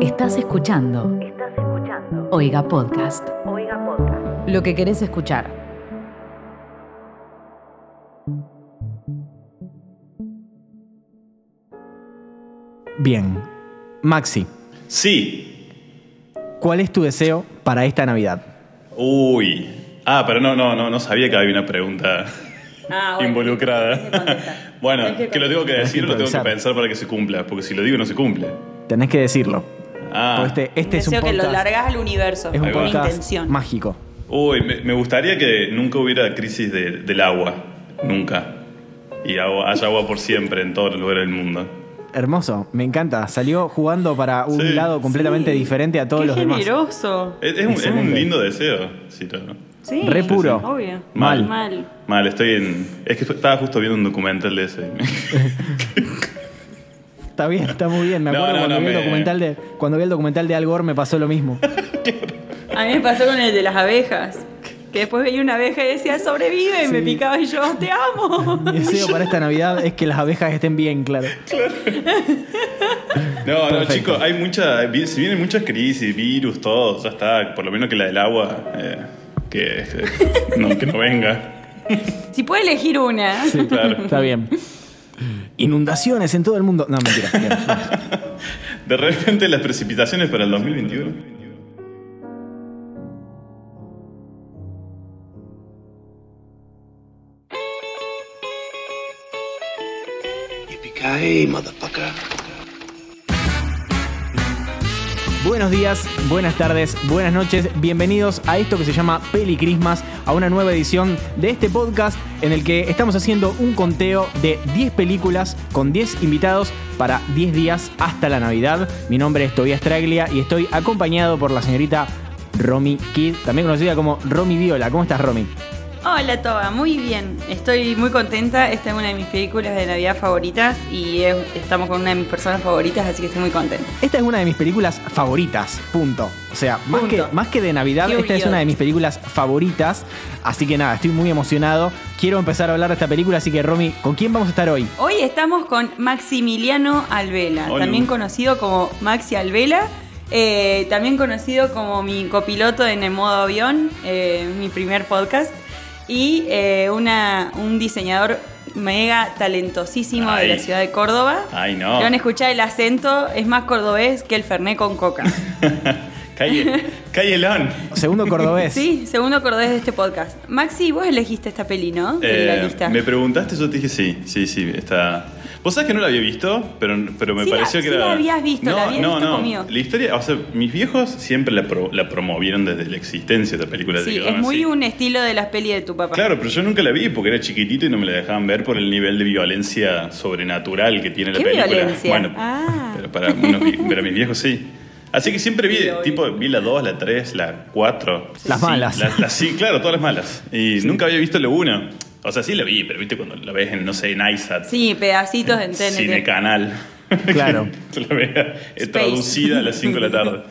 Estás escuchando. Estás escuchando. Oiga Podcast. Oiga Podcast. Lo que querés escuchar. Bien. Maxi, Sí. ¿cuál es tu deseo para esta Navidad? Uy. Ah, pero no, no, no, no sabía que había una pregunta Ah, bueno, tenés que involucrada. contestar. bueno, Tenés que que lo tengo que contestar. decir o lo tengo que Improvisar. pensar para que se cumpla, porque si lo digo no se cumple. Tenés que decirlo. Ah. Porque Este, este es un Deseo que lo podcast- largas al universo. Es un Ahí va. con podcast intención. mágico. Uy, me, me gustaría que nunca hubiera crisis de- del agua. Nunca. Y agua, haya agua por siempre en todos los lugares del mundo. Hermoso, me encanta. Salió jugando para un Sí. lado completamente Sí. diferente a todos Qué los demás. generoso. Es, es un, es un Excelente. lindo deseo. Sí, lo- Sí. Re puro. sí, sí. Obvio. Mal. Mal. Mal, estoy en. Es que estaba justo viendo un documental de ese. Está bien, está muy bien. Me No, acuerdo no, cuando, no, vi el me- documental de, cuando vi el documental de Al Gore me pasó lo mismo. A mí me pasó con el de las abejas. Que después veía una abeja y decía, sobrevive, y me Sí. picaba y yo, te amo. Mi deseo para esta Navidad es que las abejas estén bien, claro. No, no, Perfecto. chicos, hay mucha. vi- Si vienen muchas crisis, virus, todo, ya está. Por lo menos que la del agua. eh, que, que- no, que no venga. Si puede elegir una. Sí, Claro. Está bien. Inundaciones en todo el mundo. No, mentira. Bien. De repente las precipitaciones para el 2021. Yippee-ki-yay, motherfucker. Buenos días, buenas tardes, buenas noches, bienvenidos a esto que se llama Peli Christmas, a una nueva edición de este podcast en el que estamos haciendo un conteo de 10 películas con 10 invitados para 10 días hasta la Navidad. Mi nombre es Tobias Traglia y estoy acompañado por la señorita Romy Kid, también conocida como Romy Viola. ¿Cómo estás, Romy? Hola Toba, muy bien. Estoy muy contenta. Esta es una de mis películas de Navidad favoritas y es- estamos con una de mis personas favoritas, así que estoy muy contenta. Esta es una de mis películas favoritas, punto. O sea, más, que, Punto. más que de Navidad, Period. esta es una de mis películas favoritas. Así que nada, estoy muy emocionado. Quiero empezar a hablar de esta película, así que Romy, ¿con quién vamos a estar hoy? Hoy estamos con Maximiliano Alvela, Hola. también conocido como Maxi Alvela, eh, también conocido como mi copiloto en el modo avión, eh, mi primer podcast, y eh, una, un diseñador mega talentosísimo Ay. de la ciudad de Córdoba. Ay, no. Lo van a escuchar, el acento es más cordobés que el Ferné con coca. Calle, calle León. Segundo cordobés. Sí, segundo cordobés de este podcast. Maxi, vos elegiste esta peli, ¿no? De la Eh, lista. me preguntaste, yo te dije sí, sí, sí, está. Vos sabés que no la había visto, pero, pero me Sí la- pareció que sí era. la habías visto, no, la habías no, visto no. conmigo. La historia, o sea, mis viejos siempre la, pro- la promovieron desde la existencia de esta película. Sí, así que es van muy así. un estilo de las pelis de tu papá. Claro, pero yo nunca la vi porque era chiquitito y no me la dejaban ver por el nivel de violencia sobrenatural que tiene la ¿Qué película. violencia? Bueno, Ah. pero para, unos vi- pero mis viejos sí. Así que siempre vi, Sí, obvio. tipo, vi la 2, la 3, la 4. Las malas. La, la- sí, claro, todas las malas. Y nunca había visto la 1. O sea, sí la vi, pero viste cuando la ves en, no sé, en ISAT, Sí, pedacitos en TNT. Cine Canal. Claro. Yo la veía eh, Space. traducida a las 5 de la tarde.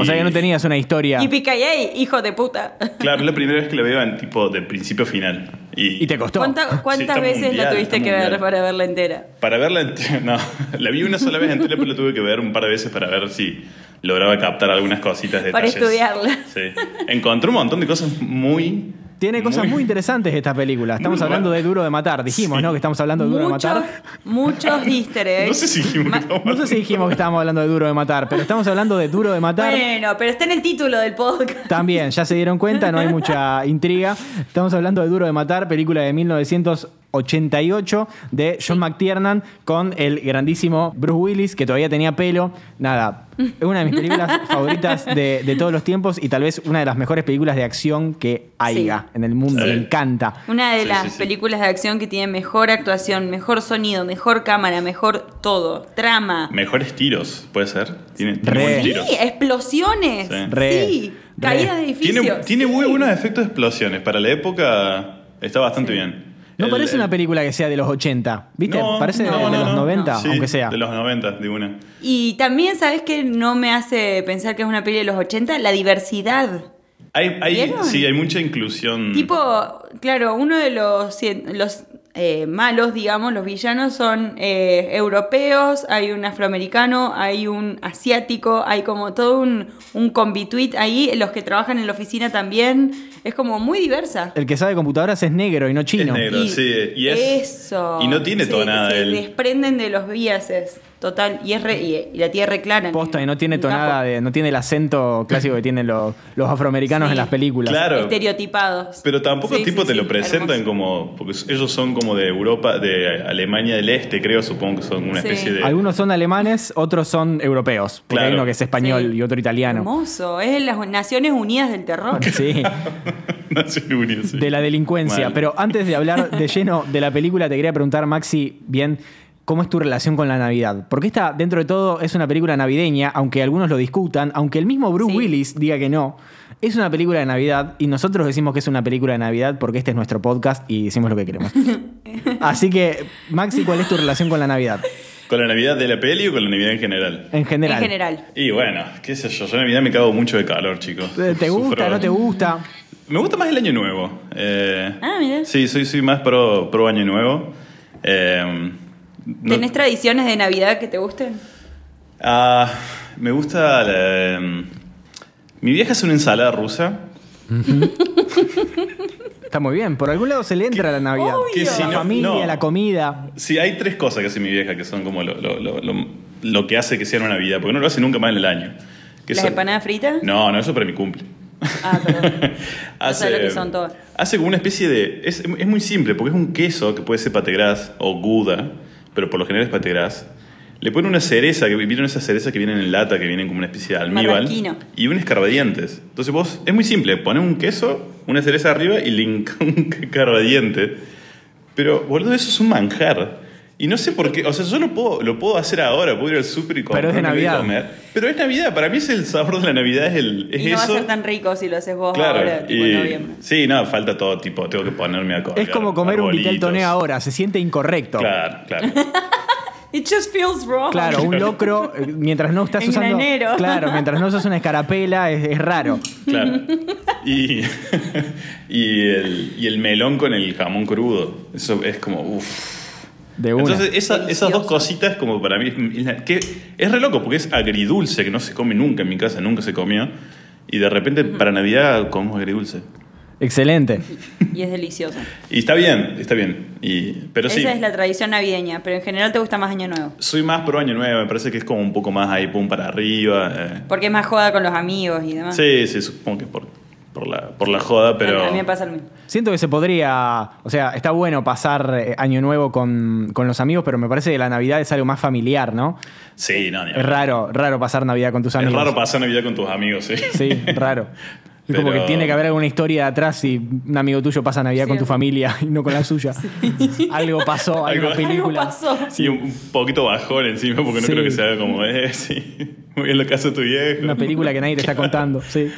O sea que no tenías una historia. Y Picayay, hijo de puta. Claro, es la primera vez que la veo en tipo de principio a final. Y, Y te costó. ¿Cuánta- ¿Cuántas está veces mundial, la tuviste está que ver mundial. para verla entera? Para verla, ent- no, la vi una sola vez en tele, pero la tuve que ver un par de veces para ver si lograba captar algunas cositas de Para estudiarla. Sí. Encontré un montón de cosas muy. Tiene cosas muy, muy- interesantes esta película. Estamos Muy hablando buena. de Duro de Matar. Dijimos, Sí. ¿no? Que estamos hablando de Duro de Muchos, Matar. muchos easter eggs. No sé si dijimos Eh, Ma- que estábamos No sé si dijimos que estábamos hablando de Duro de Matar, pero estamos hablando de Duro de Matar. Bueno, pero está en el título del podcast. También, ya se dieron cuenta, no hay mucha intriga. Estamos hablando de Duro de Matar, película de 1988 de John McTiernan con el grandísimo Bruce Willis, que todavía tenía pelo. Nada, es una de mis películas favoritas de, de todos los tiempos y tal vez una de las mejores películas de acción que haya en el mundo. Sí. Me encanta. Una de Sí, las sí, sí. películas de acción que tiene mejor actuación, mejor sonido, mejor cámara, mejor todo. Trama. Mejores tiros, puede ser. Tiene, tiene Re. buenos Sí, tiros. explosiones. Sí. Re, Sí, re. caídas de Tiene, edificios. tiene Sí. muy buenos efectos de explosiones. Para la época está bastante bien. No El- parece el- una película que sea de los 80, ¿viste? No, parece de- no, de, no, los no. 90, Sí, aunque sea. De los 90, de una. Y también, ¿sabes que no me hace pensar que es una peli de los 80? La diversidad. Hay, hay, ¿Vieron? Mm. sí, hay mucha inclusión. Tipo, claro, uno de los, cien- los eh, malos, digamos, los villanos son eh, europeos, hay un afroamericano, hay un asiático, hay como todo un, un convituit ahí, los que trabajan en la oficina también, es como muy diversa. El que sabe computadoras es negro y no Es chino. negro, Y sí. Y es, eso. Y no tiene Sí, tonada Se él. desprenden de los biases, total, y, es re- y, y la tía es reclara. Posta y no tiene tonada, de, no tiene el acento clásico que tienen los, los afroamericanos Sí. en las películas. Claro. Estereotipados. Pero tampoco Sí, tipo sí, te sí, lo presentan hermoso. como. Porque ellos son como de Europa, de Alemania del Este, creo, supongo que son una Sí. especie de. Algunos son alemanes, otros son europeos. Porque Claro. hay uno que es español Sí. y otro italiano. Hermoso, es las Naciones Unidas del Terror. Sí, Naciones Unidas, sí. de la delincuencia. Mal. Pero antes de hablar de lleno de la película, te quería preguntar, Maxi, bien, ¿cómo es tu relación con la Navidad? Porque esta, dentro de todo, es una película navideña, aunque algunos lo discutan, aunque el mismo Bruce Sí. Willis diga que no. Es una película de Navidad y nosotros decimos que es una película de Navidad porque este es nuestro podcast y decimos lo que queremos. Así que, Maxi, ¿cuál es tu relación con la Navidad? ¿Con la Navidad de la peli o con la Navidad en general? En general. En general. Y bueno, qué sé yo, yo en Navidad me cago mucho de calor, chicos. Eh, ¿Te gusta? Sufro- ¿No te gusta? Me gusta más el año nuevo. eh, Ah, mirá. Sí, soy, soy más pro, pro año nuevo. Eh, no- ¿Tenés tradiciones de Navidad que te gusten? Ah, me gusta. la, em, mi vieja hace una ensalada rusa. Está muy bien, por algún lado se le entra la Navidad. Obvio. Que si la no- familia, no. la comida. Sí, hay tres cosas que hace mi vieja que son como lo, lo- lo- lo- lo que hace que sea una Navidad, porque no lo hace nunca más en el año. Que ¿Las son- empanadas fritas? No, no, eso para mi cumple. Ah, perdón. hace, lo que son todas. hace como una especie de. Es, es muy simple, porque es un queso que puede ser pategras o gouda, pero por lo general es pategras. Le ponen una cereza, que vieron esas cerezas que vienen en lata, que vienen como una especie de almíbar. Marroquino. Y un escarbadientes. Entonces vos, es muy simple, pones un queso, una cereza arriba y le hinca un escarbadiente. Pero, boludo, eso es un manjar. Y no sé por qué, o sea, yo lo puedo, lo puedo hacer ahora, puedo ir al súper y comprar Pero es de una comida y Navidad. comer. Pero es Navidad, para mí es el sabor de la Navidad, es, el, es y no eso. va a ser tan rico si lo haces vos Claro, ahora, tipo y- en noviembre. sí, no, falta todo tipo, tengo que ponerme a comer. Es como comer un vitel toné ahora. ahora, se siente incorrecto. Claro, claro. It just feels wrong. Claro, un locro, eh, mientras no estás En usando. granero. Claro, mientras no usas una escarapela, es, es raro. Claro. Y, y, el, y el melón con el jamón crudo. Eso es como, uff. De una. Entonces, esa- esas dos Delicioso. cositas, como para mí, es, la- que es re loco porque es agridulce, que no se come nunca en mi casa, nunca se comió. Y de repente, para Navidad, comemos agridulce. Excelente. Y es delicioso. Y está bien, está bien. Y, pero sí. Esa es la tradición navideña, pero en general te gusta más Año Nuevo. Soy más pro año nuevo, me parece que es como un poco más ahí, pum, para arriba. eh. Porque es más joda con los amigos y demás. Sí, sí, supongo que por, por, la, por la joda, pero. Ah. A mí me pasa lo mismo. Siento que se podría. O sea, está bueno pasar eh, Año Nuevo con, con los amigos, pero me parece que la Navidad es algo más familiar, ¿no? Sí, no, ni Es hablar. raro, raro pasar Navidad con tus Es amigos. raro pasar Navidad con tus amigos, sí. Sí, raro. Es como que Pero- tiene que haber alguna historia de atrás si un amigo tuyo pasa Navidad con tu Cierto. familia y no con la suya. Algo pasó, Algo- alguna Algo película. Algo pasó. Sí, un un poquito bajón encima, porque no Sí. creo que sea como es, sí. Muy en la casa de tu viejo. Una película que nadie te está contando. Sí.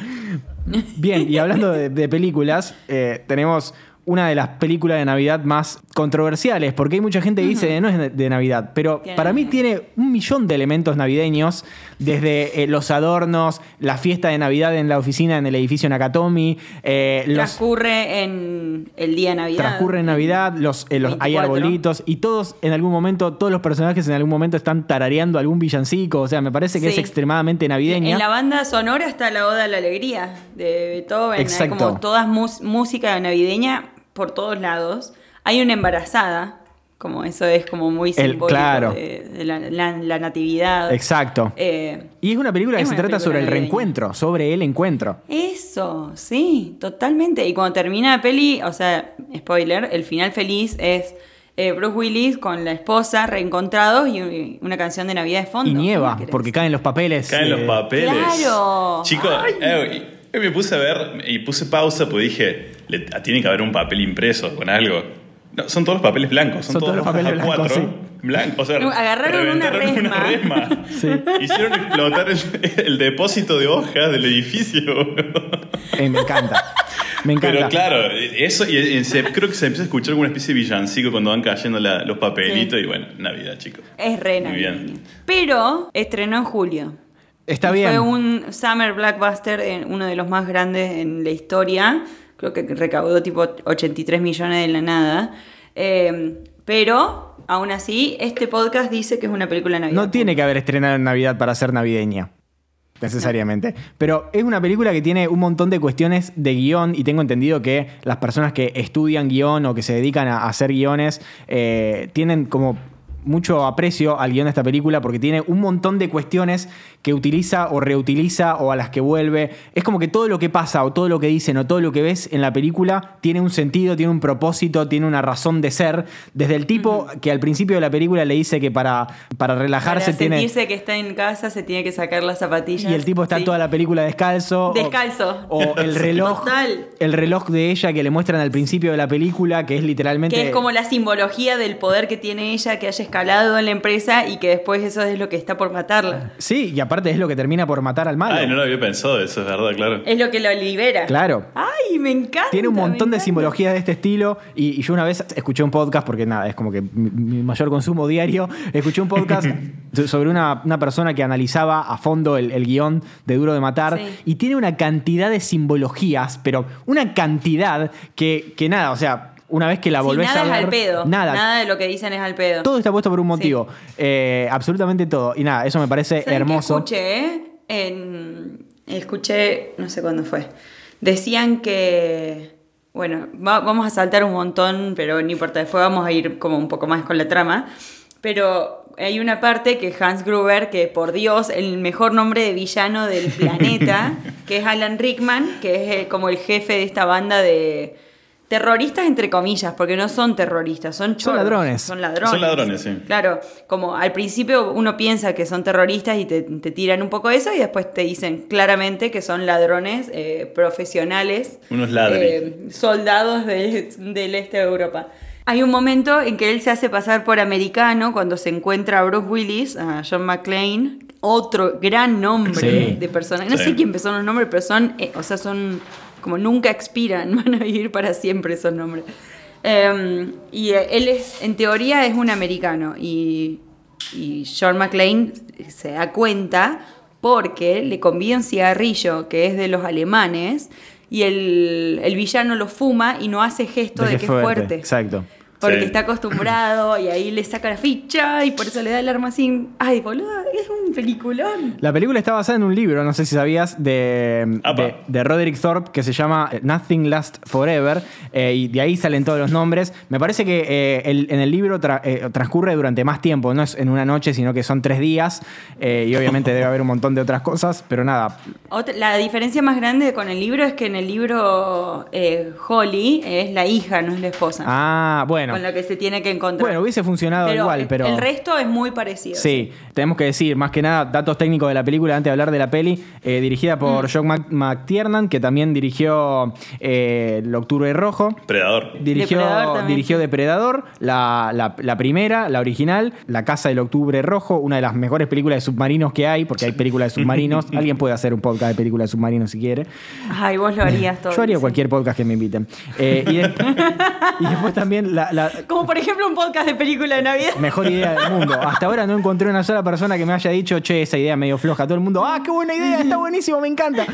Bien, y hablando de, de películas, eh, tenemos una de las películas de Navidad más controversiales, porque hay mucha gente que dice no es de- de Navidad, pero Tiene- para mí tiene un millón de elementos navideños, desde eh, los adornos, la fiesta de Navidad en la oficina, en el edificio Nakatomi, eh, los, Transcurre en el día de Navidad. Transcurre Navidad, los, eh, los- hay 24. arbolitos y todos en algún momento, todos los personajes en algún momento están tarareando algún villancico. O sea, me parece que es Sí. extremadamente navideña. En la banda sonora está la Oda a la Alegría de Beethoven. Exacto. Hay como todas mus- música navideña por todos lados. Hay una embarazada, como eso es como muy simbólico claro. de, de la, la- la natividad. Exacto. Eh, y es una película es que se una trata película sobre el navideña. reencuentro, sobre el encuentro. eso, sí, totalmente. Y cuando termina la peli, o sea, spoiler, el final feliz es eh, Bruce Willis con la esposa reencontrados y un- una canción de Navidad de fondo. Y ¿Qué nieva, más querés? porque caen los papeles. Caen los eh, papeles. ¡Claro! Chicos, ¡Ay! eh, y- y me puse a ver y puse pausa porque dije, le- ah, tiene que haber un papel impreso con algo. No, son todos los papeles blancos, son, todos los papeles blancos, blancos. Blanco, o sea, No, agarraron una reventaron resma. resma. Hicieron explotar el, el depósito de hojas del edificio. boludo. eh, me encanta. Me encanta. Pero claro, eso, y, y se- creo que se empieza a escuchar alguna especie de villancico cuando van cayendo la- los papelitos y bueno, Navidad, chicos. Es re Muy navideño. bien. Pero estrenó en julio. Está Y bien. Fue un Summer Blackbuster, en- uno de los más grandes en la historia. Creo que recaudó tipo 83 millones de la nada. Eh, pero, aún así, este podcast dice que es una película navideña. No tiene que haber estrenado en Navidad para ser navideña. Necesariamente. Pero es una película que tiene un montón de cuestiones de guión y tengo entendido que las personas que estudian guión o que se dedican a hacer guiones eh, tienen como mucho aprecio al guión de esta película porque tiene un montón de cuestiones que utiliza o reutiliza o a las que vuelve. Es como que todo lo que pasa o todo lo que dicen o todo lo que ves en la película tiene un sentido, tiene un propósito, tiene una razón de ser. Desde el tipo que al principio de la película le dice que para, para Para relajarse tiene... sentirse que está en casa se tiene que sacar las zapatillas. Y el tipo está Sí. toda la película descalzo. o- Descalzo. O, el reloj. Total. El reloj de ella que le muestran al principio de la película, que es literalmente. Que es como la simbología del poder que tiene ella, que haya escalado en la empresa y que después eso es lo que está por matarla. Sí, y aparte es lo que termina por matar al malo. Ay, no lo había pensado, eso es verdad, claro. Es lo que lo libera. Ah. Claro. ¡Ay, me encanta! Tiene un me montón de encanta. simbologías de este estilo y, y yo una vez escuché un podcast, porque nada, es como que mi, mi mayor consumo diario, escuché un podcast so- sobre una, una persona que analizaba a fondo el, el guión de Duro de Matar Sí. y tiene una cantidad de simbologías, pero una cantidad que, que nada, o sea, una vez que la Sí, volvés nada a ver... es al pedo. Nada, Nada. de lo que dicen es al pedo. todo está puesto por un motivo, Eh, absolutamente todo. Y nada, eso me parece ¿Saben qué hermoso. Escuché, eh? En- escuché, no sé cuándo fue. Decían que. Bueno, va- vamos a saltar un montón, pero no importa, después vamos a ir como un poco más con la trama. Pero hay una parte que Hans Gruber, que por Dios, el mejor nombre de villano del planeta, que es Alan Rickman, que es eh, como el jefe de esta banda de terroristas, entre comillas, porque no son terroristas, son Son choros, ladrones. Son ladrones. Son ladrones, sí. Claro, como al principio uno piensa que son terroristas y te, te tiran un poco eso y después te dicen claramente que son ladrones eh, profesionales. Unos ladri. eh, soldados de- del este de Europa. Hay un momento en que él se hace pasar por americano cuando se encuentra a Bruce Willis, a John McClane, otro gran nombre Sí. de personaje. No Sí. sé quién empezó los nombres, pero son, eh, o sea, son como nunca expiran, van a vivir para siempre esos nombres. Em, y eh, él es, en teoría, es un americano y, y John McClane se da cuenta porque le convida un cigarrillo que es de los alemanes y el, el villano lo fuma y no hace gesto de, que es fuerte. Exacto. Porque Sí. está acostumbrado y ahí le saca la ficha y por eso le da el arma así. Ay, boludo, es un peliculón. La película está basada en un libro, no sé si sabías, de, Apa. de, de Roderick Thorpe que se llama Nothing Lasts Forever eh, y de ahí salen todos los nombres. Me parece que eh, el- en el libro tra- eh, transcurre durante más tiempo, no es en una noche, sino que son tres días eh, y obviamente debe haber un montón de otras cosas, pero nada, Otra- la diferencia más grande con el libro es que en el libro eh, Holly es la hija, no es la esposa. Ah, bueno. Con la que se tiene que encontrar. Bueno, hubiese funcionado igual, el- pero. El resto es muy parecido. Sí, tenemos que decir, más que nada, datos técnicos de la película antes de hablar de la peli, eh, dirigida por Mm. John Mac- McTiernan, que también dirigió eh, El Octubre Rojo. Predador. Dirigió Depredador Depredador, también. dirigió Depredador la, la- la primera, la original, La Casa del Octubre Rojo, una de las mejores películas de submarinos que hay, porque hay películas de submarinos. Alguien puede hacer un podcast de películas de submarinos si quiere. Ay, vos lo harías todo. Yo haría sí. cualquier podcast que me inviten. Eh, y, de- y después también la- la, Como por ejemplo un podcast de película de Navidad. Mejor idea del mundo. Hasta ahora no encontré una sola persona que me haya dicho, che, esa idea medio floja. Todo el mundo, ah, qué buena idea, está buenísimo, me encanta.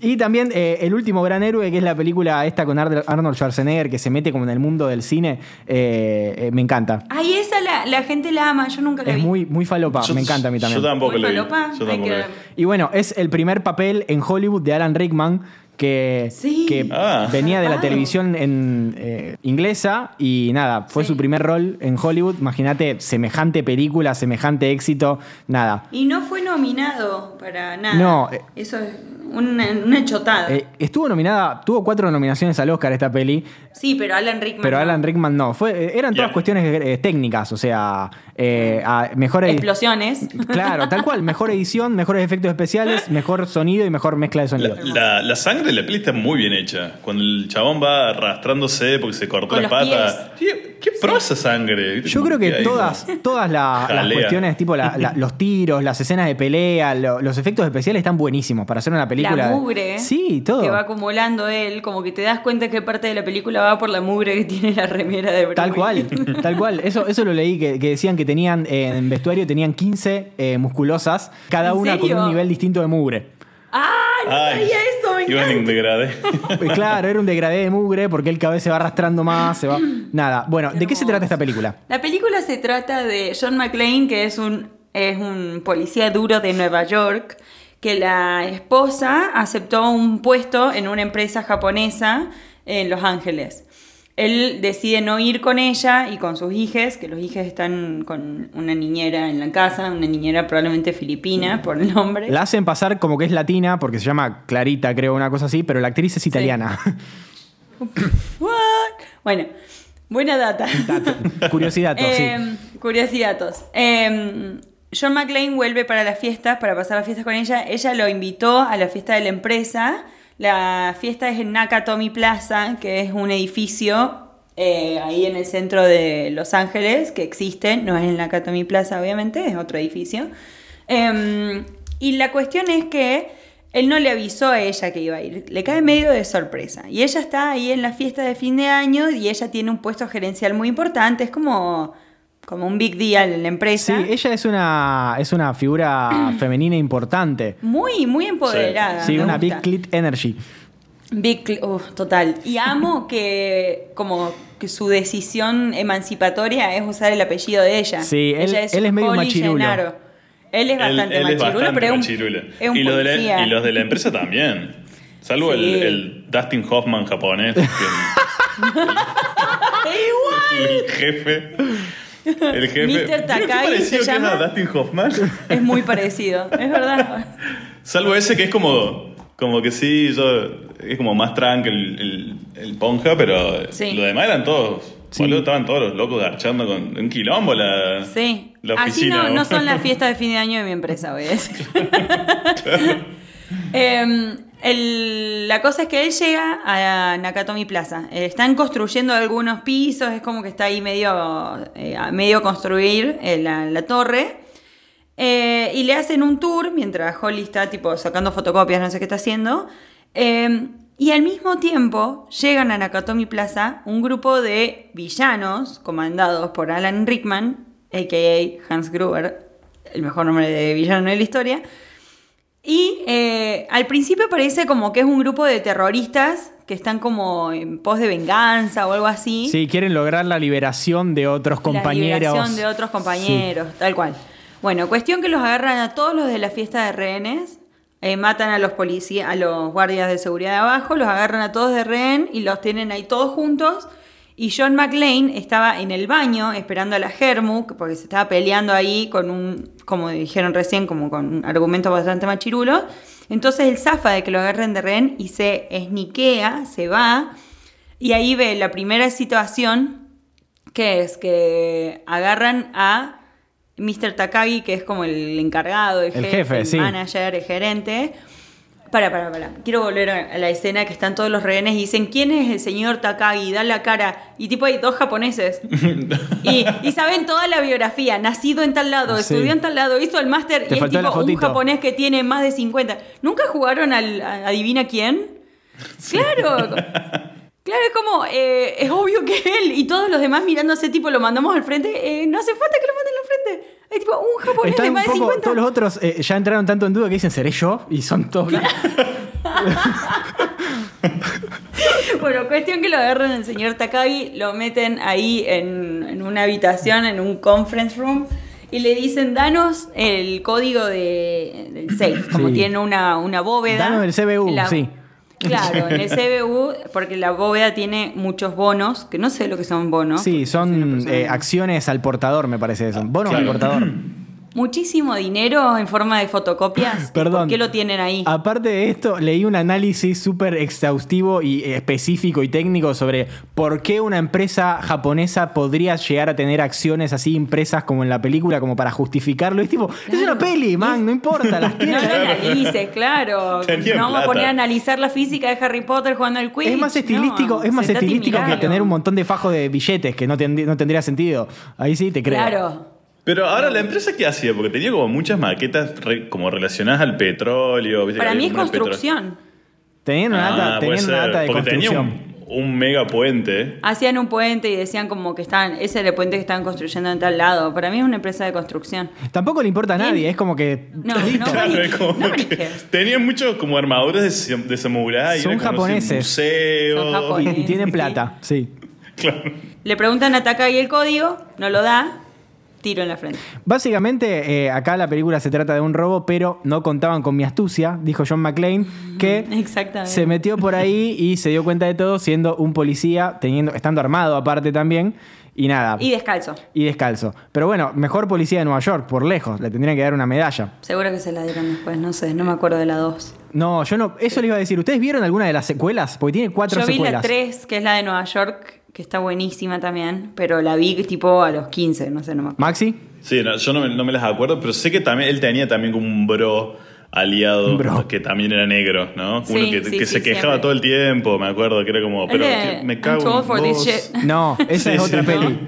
Y también eh, el último gran héroe, que es la película esta con Ar- Arnold Schwarzenegger, que se mete como en el mundo del cine, eh, eh, me encanta. Ay, esa la, la gente la ama, yo nunca la Es vi. muy, muy falopa, Yo- me encanta a mí también. Yo tampoco Muy lo vi. falopa, Yo hay tampoco que lo vi. ver. Y bueno, es el primer papel en Hollywood de Alan Rickman, que, Sí. que Ah. venía de la Ah. televisión en, eh, inglesa y nada, fue Sí. su primer rol en Hollywood. Imagínate, semejante película, semejante éxito, nada. Y no fue nominado para nada. No, eh. Eso es una, una chotada. Eh, estuvo nominada, tuvo cuatro nominaciones al Oscar esta peli, sí, pero Alan Rickman. pero no. Alan Rickman no. Fue, eh, eran todas Ya. cuestiones eh, técnicas, o sea, eh, a- mejor edi- Explosiones. Claro, tal cual, mejor edición, mejores efectos especiales, mejor sonido y mejor mezcla de sonido. La, la- la sangre de la peli está muy bien hecha. Cuando el chabón va arrastrándose porque se cortó Con la los pata. ¿Qué, qué prosa sangre? ¿viste? Yo Como creo que hay todas, como- todas la- las Jalea. cuestiones, tipo la- la- los tiros, las escenas de pelea, lo- los efectos especiales están buenísimos para hacer una película. La de- mugre. Sí, todo. Que va acumulando él, como que te das cuenta que parte de la película va por la mugre que tiene la remera de Bruce. Tal cual, tal cual. Eso, eso lo leí, que, que decían que tenían eh, en vestuario tenían 15 eh, musculosas, cada ¿En una con serio? un nivel distinto de mugre. ¡Ah! No Ay. sabía eso, me Iban en degradé. Eh, Claro, era un degradé de mugre porque el cabello se va arrastrando más, se va. Nada. Bueno, ¿de qué se trata esta película? La película se trata de John McClane, que es un, es un policía duro de Nueva York, que la esposa aceptó un puesto en una empresa japonesa en Los Ángeles. Él decide no ir con ella y con sus hijes, que los hijes están con una niñera en la casa, una niñera probablemente filipina por el nombre. La hacen pasar como que es latina porque se llama Clarita, creo, una cosa así, pero la actriz es italiana. What? Bueno, buena data. Curiosidad, sí. Eh, Curiosidades. Eh, John McClane vuelve para las fiestas, para pasar las fiestas con ella. Ella lo invitó a la fiesta de la empresa. La fiesta es en Nakatomi Plaza, que es un edificio eh, ahí en el centro de Los Ángeles, que existe. No es en Nakatomi Plaza, obviamente, es otro edificio. Eh, y la cuestión es que él no le avisó a ella que iba a ir, le cae medio de sorpresa. Y ella está ahí en la fiesta de fin de año y ella tiene un puesto gerencial muy importante, es como, como un big deal en Sí, la empresa. ella es una, es una figura femenina importante. Muy, muy empoderada. Sí, me una gusta. Big Clit Energy. Big cl- uf, total. Y amo que como que su decisión emancipatoria es usar el apellido de ella. Sí, él- Ella él es medio Holly machirulo. Gennaro. Él es Él- bastante él es machirulo, bastante pero es un, machirulo. es un y, los de policía. la, y los de la empresa también. Salvo Sí. el, el Dustin Hoffman japonés, que Ah, ¡Igual! el jefe. El jefe. Mr. ¿Vieron qué Takagi parecido se que es a llama? Dustin Hoffman? Es muy parecido, es verdad. Salvo ese que es como. Como que sí, yo. Es como más tranca el, el, el ponja, pero Sí. lo demás eran todos. Sí. boludo, estaban todos los locos garchando con un quilombo la, Sí. la Así oficina. no, no boludo. son las fiestas de fin de año de mi empresa, voy a decir. Em, el- la cosa es que él llega a Nakatomi Plaza. Eh, están construyendo algunos pisos, es como que está ahí medio, eh, a medio construir eh, la, la torre. Eh, y le hacen un tour mientras Holly está tipo sacando fotocopias, no sé qué está haciendo. Eh, y al mismo tiempo llegan a Nakatomi Plaza un grupo de villanos comandados por Alan Rickman, a.k.a. Hans Gruber, el mejor nombre de villano de la historia. Y eh, al principio parece como que es un grupo de terroristas que están como en pos de venganza o algo así. Sí, quieren lograr la liberación de otros compañeros. La liberación de otros compañeros, tal cual. Bueno, cuestión que los agarran a todos los de la fiesta de rehenes, eh, matan a los policías, a los guardias de seguridad de abajo, los agarran a todos de rehén y los tienen ahí todos juntos. Y John McLean estaba en el baño esperando a la Germu, porque se estaba peleando ahí con un, como dijeron recién, como con un argumento bastante machirulo. Entonces él zafa de que lo agarren de rehén y se esniquea, se va. Y ahí ve la primera situación que es que agarran a Mr. Takagi, que es como el encargado, el, El jefe, el sí. manager, el gerente. Para, para, para. Quiero volver a a la escena que están todos los rehenes y dicen, ¿quién es el señor Takagi? Da la cara. Y tipo hay dos japoneses. y, y saben toda la biografía. Nacido en tal lado, Sí. estudió en tal lado, hizo el máster. Te Y es faltó la tipo un fotito. japonés que tiene más de 50. ¿Nunca jugaron al a- adivina quién? Claro. Claro, es como, eh, es obvio que él y todos los demás mirando a ese tipo lo mandamos al frente. eh, no hace falta que lo manden al frente. Hay tipo un japonés Están de un más de poco- 50. todos los otros eh, ya entraron tanto en duda que dicen, ¿seré yo? Y son todos blancos. Bueno, cuestión que lo agarran al señor Takagi, lo meten ahí en, en una habitación, en un conference room, y le dicen, danos el código de, del safe, como Sí. tiene una, una bóveda. Danos el CBU, En sí. Claro, en el CBU, porque la bóveda tiene muchos bonos, que no sé lo que son bonos. Sí, son eh, acciones. acciones al portador, me parece eso. Bonos al Claro. portador. Muchísimo dinero en forma de fotocopias. Perdón. Ah, ¿Por qué lo tienen ahí? Aparte de esto, leí un análisis súper exhaustivo y específico y técnico sobre por qué una empresa japonesa podría llegar a tener acciones así impresas como en la película, como para justificarlo. Y es tipo, es una peli, man, no importa, las No tiene. lo analices, claro. Tenía no vamos a plata. poner a analizar la física de Harry Potter jugando al Quidditch. Es más estilístico, No, es más sentate y estilístico que miralo. tener un montón de fajo de billetes que no, tendría- no tendría sentido. Ahí sí te creo. Claro. Pero ahora, ¿la empresa qué hacía? Porque tenía como muchas maquetas re- como relacionadas al petróleo. ¿viste? Para Que mí había es como una petro- construcción. Tenían una, Ah, data, puede tenían una ser, data de porque tenía construcción. un- un mega puente. Hacían un puente y decían como que están, ese era el puente que estaban construyendo en tal lado. Para mí es una empresa de construcción. Tampoco le importa a nadie, Bien. es como que No, no, Claro, me- es como no me que dijeras. tenían muchos como armaduras de, sam- de samurái. Son era como, no sé, japoneses. museo. Son japoneses. y tienen Sí. plata, sí. Claro. Le preguntan a Takagi el código, no lo da, tiro en la frente. Básicamente, eh, acá la película se trata de un robo, pero no contaban con mi astucia, dijo John McClane, que Mm, Exactamente. se metió por ahí y se dio cuenta de todo siendo un policía, teniendo, estando armado aparte también, y nada. Y descalzo. y descalzo. Pero bueno, mejor policía de Nueva York, por lejos, le tendrían que dar una medalla. Seguro que se la dieron después, no sé, no me acuerdo de la 2. No, yo no, eso le iba a decir. ¿Ustedes vieron alguna de las secuelas? Porque tiene cuatro Yo vi la secuelas. 3, que es la de Nueva York, que está buenísima también, pero la vi tipo a los 15, no sé, no me acuerdo. Maxi, Sí, no, yo no me, no me las acuerdo, pero sé que también él tenía también como un bro aliado Un bro. que también era negro, ¿no? Sí, Uno que, sí, que sí, se quejaba siempre. todo el tiempo, me acuerdo, que era como, pero El de que me I'm cago too old en for this vos. shit. no, esa Sí, es sí. otra peli.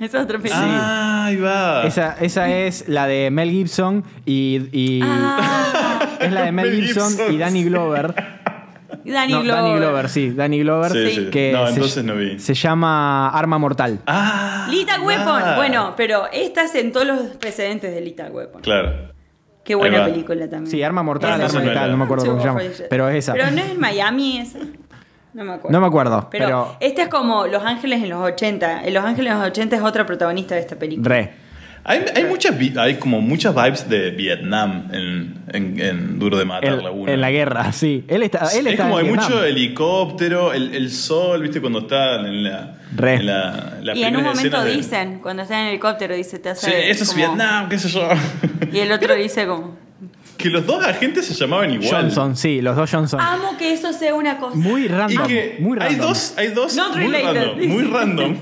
Esa es otra película. Ah, ahí va. Esa, esa es la de Mel Gibson y. y- Ah. Es la de Mel Mel Gibson Gibson, y Danny sí. Glover. Danny, No, Glover. Danny Glover, sí, Danny Glover. Sí, sí. Que No, se- entonces no vi. Se llama Arma Mortal. Ah. Lita ah. Weapon. Bueno, pero esta es en todos los precedentes de Lita Weapon. Claro. Qué buena va. película también. Sí, Arma Mortal, Esa Arma es Mortal, buena. no me acuerdo cómo se llama, Two for the- pero es esa. Pero no es en Miami esa. No me acuerdo. No me acuerdo, Pero, pero- esta es como Los Ángeles en los 80. En Los Ángeles en los 80 es otra protagonista de esta película. Re. Hay, hay muchas vi- hay como muchas vibes de Vietnam en, en- en Duro de Matar En, la uno. en la guerra, sí. Él está. Él es está como en hay Vietnam. mucho helicóptero, el, el sol, viste, cuando está en la. Re. en la, las y en un primeras momento escenas de- dicen, cuando están en el helicóptero, dice, te hace. Sí, eso es como- Vietnam, qué sé yo. Y el otro dice como. que los dos agentes se llamaban igual. Johnson, sí, los dos Johnson. Amo que eso sea una cosa. Muy Y random. que muy hay random. dos, hay dos Not muy related, random, dice. muy random.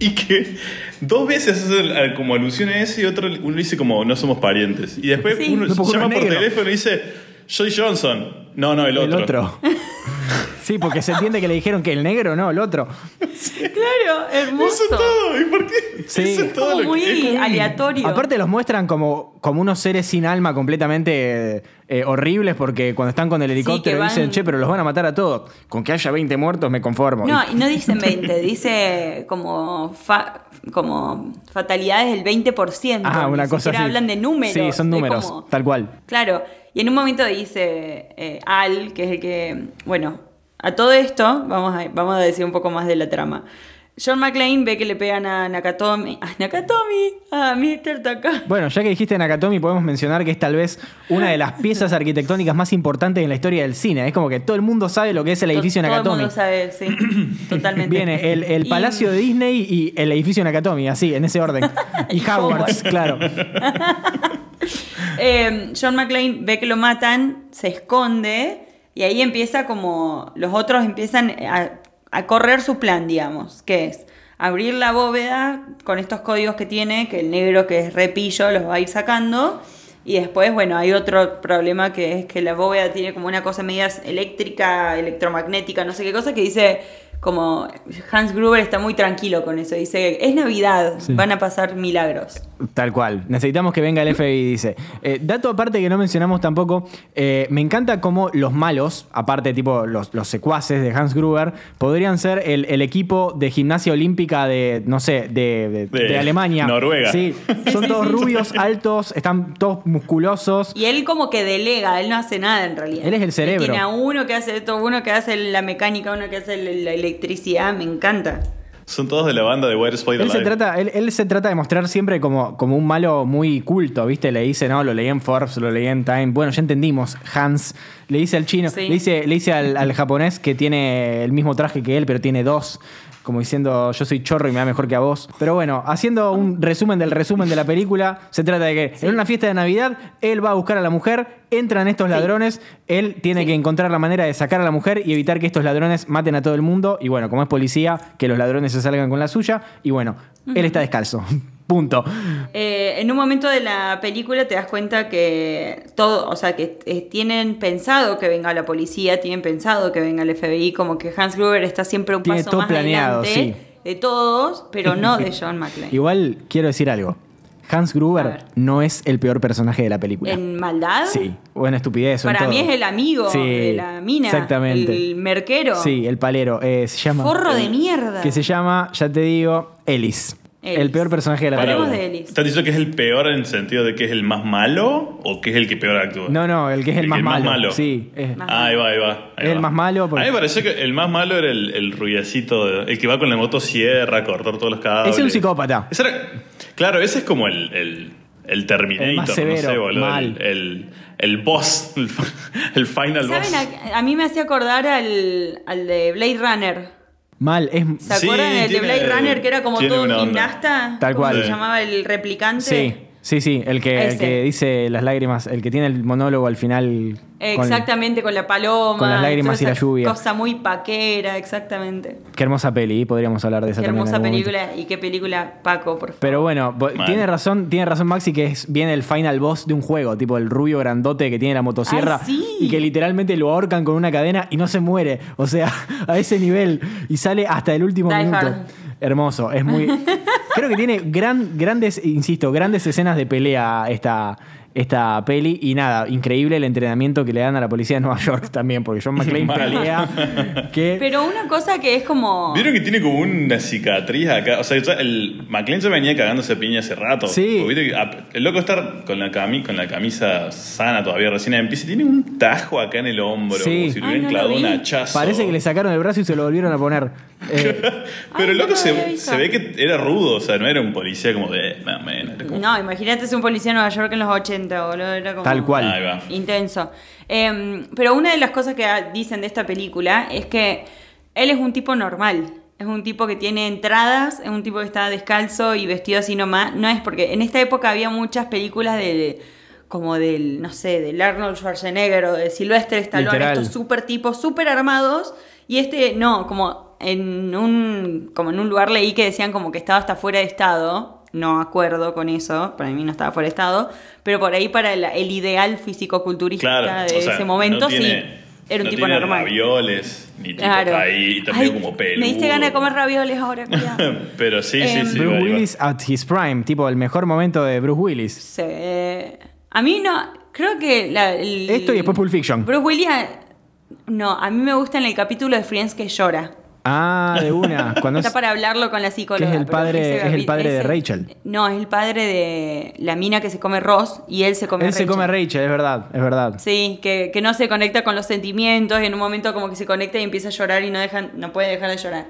Y que dos veces hacen al- como alusión a eso y otro uno dice como no somos parientes. Y después Sí. uno No, porque uno llama es por negro. teléfono y dice, soy Johnson. No, no, el otro. El otro. Sí, porque se entiende que le dijeron que el negro, no, el otro. Claro, hermoso. Eso es todo. ¿Y por qué? Sí. Eso Es es todo como lo muy que es como un- aleatorio. Aparte los muestran como, como unos seres sin alma completamente eh, eh, horribles porque cuando están con el helicóptero que van- dicen, che, pero los van a matar a todos. Con que haya 20 muertos me conformo. No, Y- y no dicen 20, dice como, fa- como fatalidades del 20%. ah, ni una cosa así. siquiera hablan de números. Sí, son es números, como- tal cual. Claro, y en un momento dice eh, Al, que es el que, bueno, a todo esto, vamos a, vamos a decir un poco más de la trama. John McClane ve que le pegan a Nakatomi, a Nakatomi, a Mr. Takagi. Bueno, ya que dijiste Nakatomi, podemos mencionar que es tal vez una de las piezas arquitectónicas más importantes en la historia del cine. Es como que todo el mundo sabe lo que es el edificio To- Todo Nakatomi. el mundo sabe, sí, totalmente. Viene el, el Y- Palacio de Disney y el edificio Nakatomi, así, en ese orden. Y Y Howard's, Howard's. claro. Eh, John McClane ve que lo matan, se esconde y ahí empieza como los otros empiezan a, a correr su plan, digamos, que es abrir la bóveda con estos códigos que tiene, que el negro que es repillo los va a ir sacando. Y después, bueno, hay otro problema que es que la bóveda tiene como una cosa media eléctrica, electromagnética, no sé qué cosa, que dice como Hans Gruber está muy tranquilo con eso. Dice, es Navidad, van a pasar milagros. Tal cual. Necesitamos que venga el FBI, dice. Eh, dato aparte que no mencionamos tampoco, eh, me encanta cómo los malos, aparte tipo los, los secuaces de Hans Gruber, podrían ser el, el equipo de gimnasia olímpica de, no sé, de, de- De de Alemania. Noruega. Sí, son todos rubios, altos, están todos musculosos. Y él como que delega, él no hace nada en realidad. Él es el cerebro. Tiene a uno que hace esto, uno que hace la mecánica, uno que hace la electricidad, me encanta. Son todos de la banda de White Spider Él se, trata, él, él se trata de mostrar siempre como, como un malo muy culto, ¿viste? Le dice, no, lo leí en Forbes, lo leí en Time. Bueno, ya entendimos, Hans. Le dice al chino, Sí. le dice, le dice al, al japonés que tiene el mismo traje que él, pero tiene dos. Como diciendo, yo soy chorro y me da mejor que a vos. Pero bueno, haciendo un resumen del resumen de la película, se trata de que en una fiesta de Navidad, él va a buscar a la mujer, entran estos ladrones, él tiene que encontrar la manera de sacar a la mujer y evitar que estos ladrones maten a todo el mundo. Y bueno, como es policía, que los ladrones se salgan con la suya. Y bueno, él está descalzo. Punto. Eh, en un momento de la película te das cuenta que todo, o sea, que eh, tienen pensado que venga la policía, tienen pensado que venga el FBI, como que Hans Gruber está siempre un Tiene paso todo más planeado, adelante sí. de todos, pero no de John McClane. Igual quiero decir algo. Hans A Gruber ver. no es el peor personaje de la película. ¿En maldad? Sí, o en estupidez. o en Para mí todo. es el amigo Sí, de la mina. Exactamente. El merquero. Sí, el palero. eh, se llama. Forro de mierda. Que se llama, ya te digo, Ellis. Ellis. El peor personaje de la Pará, Hablemos película. de Ellis. ¿Estás diciendo que es el peor en el sentido de que es el más malo o que es el que peor actúa? No, no, el que es el, El más, que es más malo. malo. Sí. es- Más- Ah, ahí va, ahí va. ahí Es el va. más malo porque- A mí me pareció que el más malo era el, el rubiacito, de- el que va con la motosierra a cortar todos los cadáveres. Ese es un psicópata. Ese era- claro, ese es como el, el, el Terminator, El más severo, no sé, boludo. mal. El, el, el boss, el, el final boss. ¿Saben? A, a mí me hacía acordar al, al de Blade Runner. Mal, es. ¿Se Sí, acuerdan del de tiene- Blade Runner que era como tiene todo una onda. gimnasta? Tal ¿Cómo cual. se Sí. llamaba el replicante? Sí, sí, sí. El que, el Ese. que dice las lágrimas, el que tiene el monólogo al final. con- Exactamente, con la paloma. con las lágrimas toda y la esa lluvia. Cosa muy paquera, exactamente. qué hermosa peli, podríamos hablar de esa Qué también en hermosa algún momento. película y qué película, Paco, por favor. Pero bueno, bo- Mal. tiene razón, tiene razón Maxi que es bien el final boss de un juego, tipo el rubio grandote que tiene la motosierra Ay, sí. y que literalmente lo ahorcan con una cadena y no se muere, o sea, a ese nivel y sale hasta el último Die minuto. Hard. Hermoso, es muy Creo que tiene gran grandes, insisto, grandes escenas de pelea esta esta peli y nada, increíble el entrenamiento que le dan a la policía de Nueva York también, porque John McClane Mal. pelea que Pero una cosa que es como. Vieron que tiene como una cicatriz acá. O sea, ya el McLean se venía cagándose a piña hace rato. Sí. Porque viste que, ah, el loco estar con la, cami- con la camisa sana todavía recién empieza. y Tiene un tajo acá en el hombro. Sí. Como si le Ay, hubieran no lo clavado un vi. hachazo. parece que le sacaron el brazo y se lo volvieron a poner. Eh, Pero Ay, el no loco lo había se, visto. se ve que era rudo. O sea, no era un policía como de. "Eh, man, man", era como- No, imagínate ser un policía en Nueva York en los 80, boludo. Era como Tal cual. Ahí va. Intenso. Eh, pero una de las cosas que dicen de esta película es que él es un tipo normal. Es un tipo que tiene entradas, es un tipo que está descalzo y vestido así nomás. No es porque en esta época había muchas películas de como del, no sé, del Arnold Schwarzenegger o de Sylvester Stallone, Literal. estos super tipos, super armados. Y este, no, como en un, como en un lugar leí que decían como que estaba hasta fuera de estado. No acuerdo con eso, para mí no estaba fuera de estado. Pero por ahí para el, el ideal físico-culturista Claro. de o sea, ese momento, no tiene- sí. Era un no tipo tiene normal. ravioles, ni tipo Claro. ahí, también Ay, como pelo. Me diste ganas de comer ravioles ahora, cuidado. Pero sí, sí, Em, sí. Bruce va, ahí va. Willis at his prime, tipo el mejor momento de Bruce Willis. Sí. eh, A mí no. Creo que. la- el- Esto y después Pulp Fiction. Bruce Willis. No, a mí me gusta en el capítulo de Friends que llora. Ah, de una. Cuando es- Está para hablarlo con la psicóloga. Que es el pero padre- ese es el padre de ese- Rachel. No, es el padre de la mina que se come Ross y él se come él Rachel. se come a Rachel, es verdad, es verdad. Sí, que, que no se conecta con los sentimientos y en un momento como que se conecta y empieza a llorar y no, dejan, no puede dejar de llorar.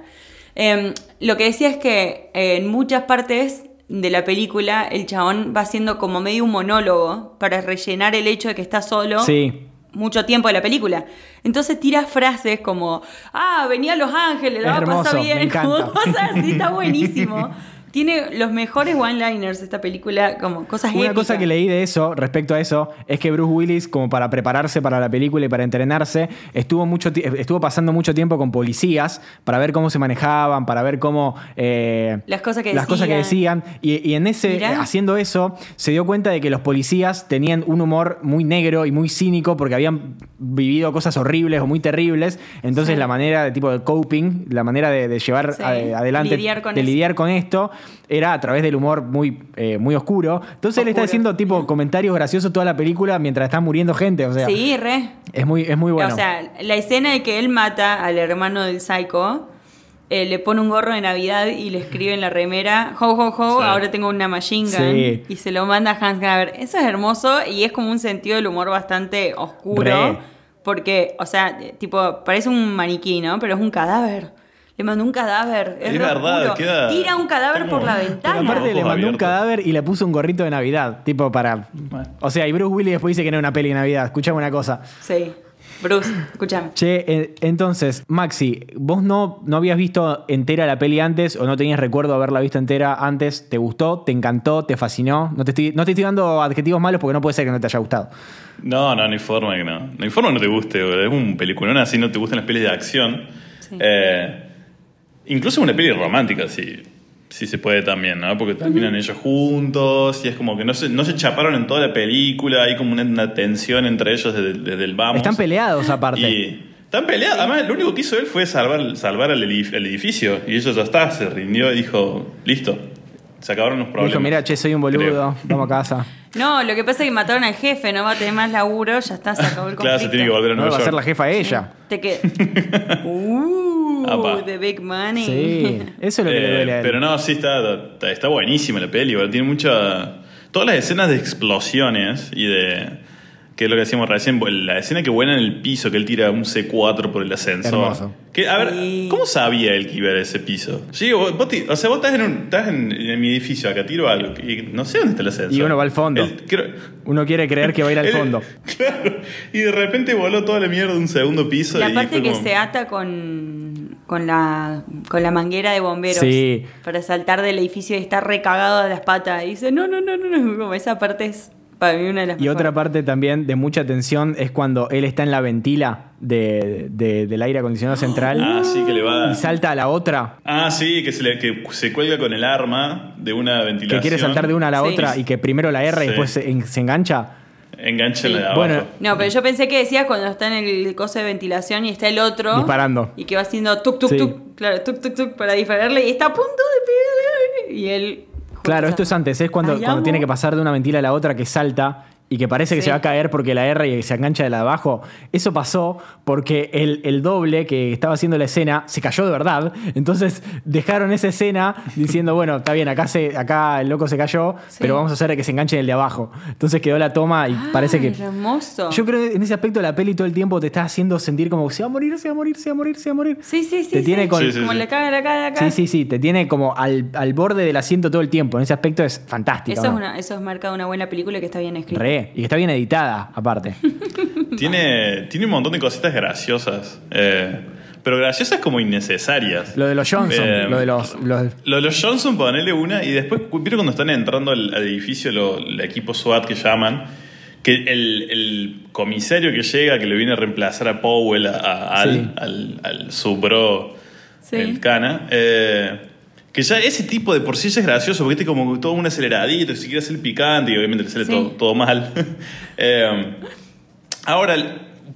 Em, lo que decía es que eh, en muchas partes de la película el chabón va haciendo como medio un monólogo para rellenar el hecho de que está solo Sí. mucho tiempo de la película. Entonces tira frases como, ah, venía a Los Ángeles, Es la va a hermoso, pasar me bien, como encanta. cosas así, está buenísimo. Tiene los mejores one-liners esta película, como cosas Una épicas. cosa que leí de eso, respecto a eso, es que Bruce Willis, como para prepararse para la película y para entrenarse, estuvo, mucho, ti- estuvo pasando mucho tiempo con policías para ver cómo se manejaban, para ver cómo... eh, Las cosas que las cosas que decían. decían. Y, y en ese, Mirá. haciendo eso, se dio cuenta de que los policías tenían un humor muy negro y muy cínico porque habían vivido cosas horribles o muy terribles. Entonces, la manera de tipo de coping, la manera de, de llevar Sí, ade- adelante, lidiar con de eso. lidiar con esto, era a través del humor muy, eh, muy oscuro. Entonces, él está Oscuro. haciendo tipo comentarios graciosos toda la película mientras está muriendo gente. O sea, Sí, re. es, muy, es muy bueno. O sea, la escena de que él mata al hermano del psycho, eh, le pone un gorro de Navidad y le escribe en la remera, ho, ho, ho, Sí. ahora tengo una machine gun. Sí. Y se lo manda a Hans Graver. Eso es hermoso y es como un sentido del humor bastante oscuro. Re. Porque, o sea, eh, tipo, parece un maniquí, ¿no? Pero es un cadáver. Le mandó un cadáver. Es, Es re verdad, oscuro. queda- Tira un cadáver ¿Cómo? por la Pero ventana. Pero aparte Ojos le mandó un abiertos. cadáver y le puso un gorrito de Navidad, tipo para... O sea, y Bruce Willis después dice que no es una peli de Navidad. Escuchame una cosa. Sí. Bruce, escúchame. Che, eh, entonces, Maxi, vos no, no habías visto entera la peli antes o no tenías recuerdo de haberla visto entera antes. ¿Te gustó? ¿Te encantó? ¿Te fascinó? No te estoy, no te estoy dando adjetivos malos porque no puede ser que no te haya gustado. No, no, no hay forma que no. No hay forma que no te guste, boludo. Es un peliculón así, no te gustan las pelis de acción. Sí. Eh, incluso una peli romántica, si, si se puede también, ¿no? Porque terminan ellos juntos y es como que no se, no se chaparon en toda la película. Hay como una, una tensión entre ellos desde, desde el vamos. Están peleados aparte. Y están peleados. Además, lo único que hizo él fue salvar, salvar al, edif- al edificio. Y eso ya está, se rindió y dijo, listo. se acabaron los problemas. Dijo, mira, che, soy un boludo, Creo. vamos a casa. No, lo que pasa es que mataron al jefe, no va a tener más laburo, ya está, se acabó el conflicto. Claro, se tiene que volver a No, va Nueva a ser la York. jefa ella. Te que- Uh, Apa. the big money. Sí, eso es lo que le Eh, duele a él. pero no, sí, está, está, está buenísima la peli, boludo. tiene mucha... Todas las escenas de explosiones y de... Que es lo que decíamos recién, la escena que vuela en el piso, que él tira un C4 por el ascensor. Hermoso. Que, a ver, Sí. ¿cómo sabía él que iba a ese piso? Sí, vos, vos ti- o sea, vos estás, en, un- estás en, en mi edificio acá, tiro algo, y no sé dónde está el ascensor. Y uno va al fondo. Él- creo- Uno quiere creer que va a ir al Él- fondo. Claro. Y de repente voló toda la mierda de un segundo piso. La y parte fue que como- se ata con, con, la, con la manguera de bomberos Sí. para saltar del edificio y está recagado a las patas. Y dice, no, no, no, no, no. Como esa parte es para mí una de las Y otra mejores. parte también de mucha tensión es cuando él está en la ventila de- de- del aire acondicionado central Ah, sí, que le va. y salta a la otra, Ah, sí, que se, le, que se cuelga con el arma de una ventilación. que quiere saltar de una a la Sí. otra y que primero la erra y Sí. después se, en- se engancha. Engancha Sí. la de abajo. Bueno, No, pero yo pensé que decías cuando está en el coso de ventilación y está el otro. Disparando. Y que va haciendo tuk, tuk, Sí. tuk. Claro, tuk, tuk, tuk para dispararle y está a punto de pegarle. Y él. Claro, esto es antes, es cuando, Ay, cuando amo. tiene que pasar de una mentira a la otra que salta y que parece que Sí. se va a caer porque la R y se engancha de la de abajo. Eso pasó porque el, el doble que estaba haciendo la escena se cayó de verdad. Entonces dejaron esa escena diciendo, bueno, está bien, acá, se, acá el loco se cayó, Sí. Ah, pero vamos a hacer que se enganche en el de abajo. Entonces quedó la toma y parece que... Ay, Hermoso. Yo creo que en ese aspecto la peli todo el tiempo te está haciendo sentir como se va a morir, se va a morir, se va a morir, se va a morir. Sí, sí, sí. Te tiene sí. con- Sí, sí, Como sí. le caga, le caga, le caga. Sí, sí, sí, te tiene como al, al borde del asiento todo el tiempo. En ese aspecto es fantástico. Eso, ¿no? es una, eso es marca de una buena película que está bien escrita. Re, y que está bien editada, aparte. Tiene, tiene un montón de cositas graciosas. eh, pero graciosas como innecesarias. Lo de los Johnson, Eh, lo de los, los- Lo de los Johnson, ponerle una. Y después, ¿vieron cuando están entrando al, al edificio lo- el equipo SWAT que llaman? Que el, el comisario que llega, que le viene a reemplazar a Powell, a, a- al, Sí. al, al subro, Sí. el Cana. eh, que ya ese tipo de por sí ya es gracioso, porque este como todo un aceleradito, y si quiere hacer picante, y obviamente le sale Sí. todo, todo mal. Eh, ahora,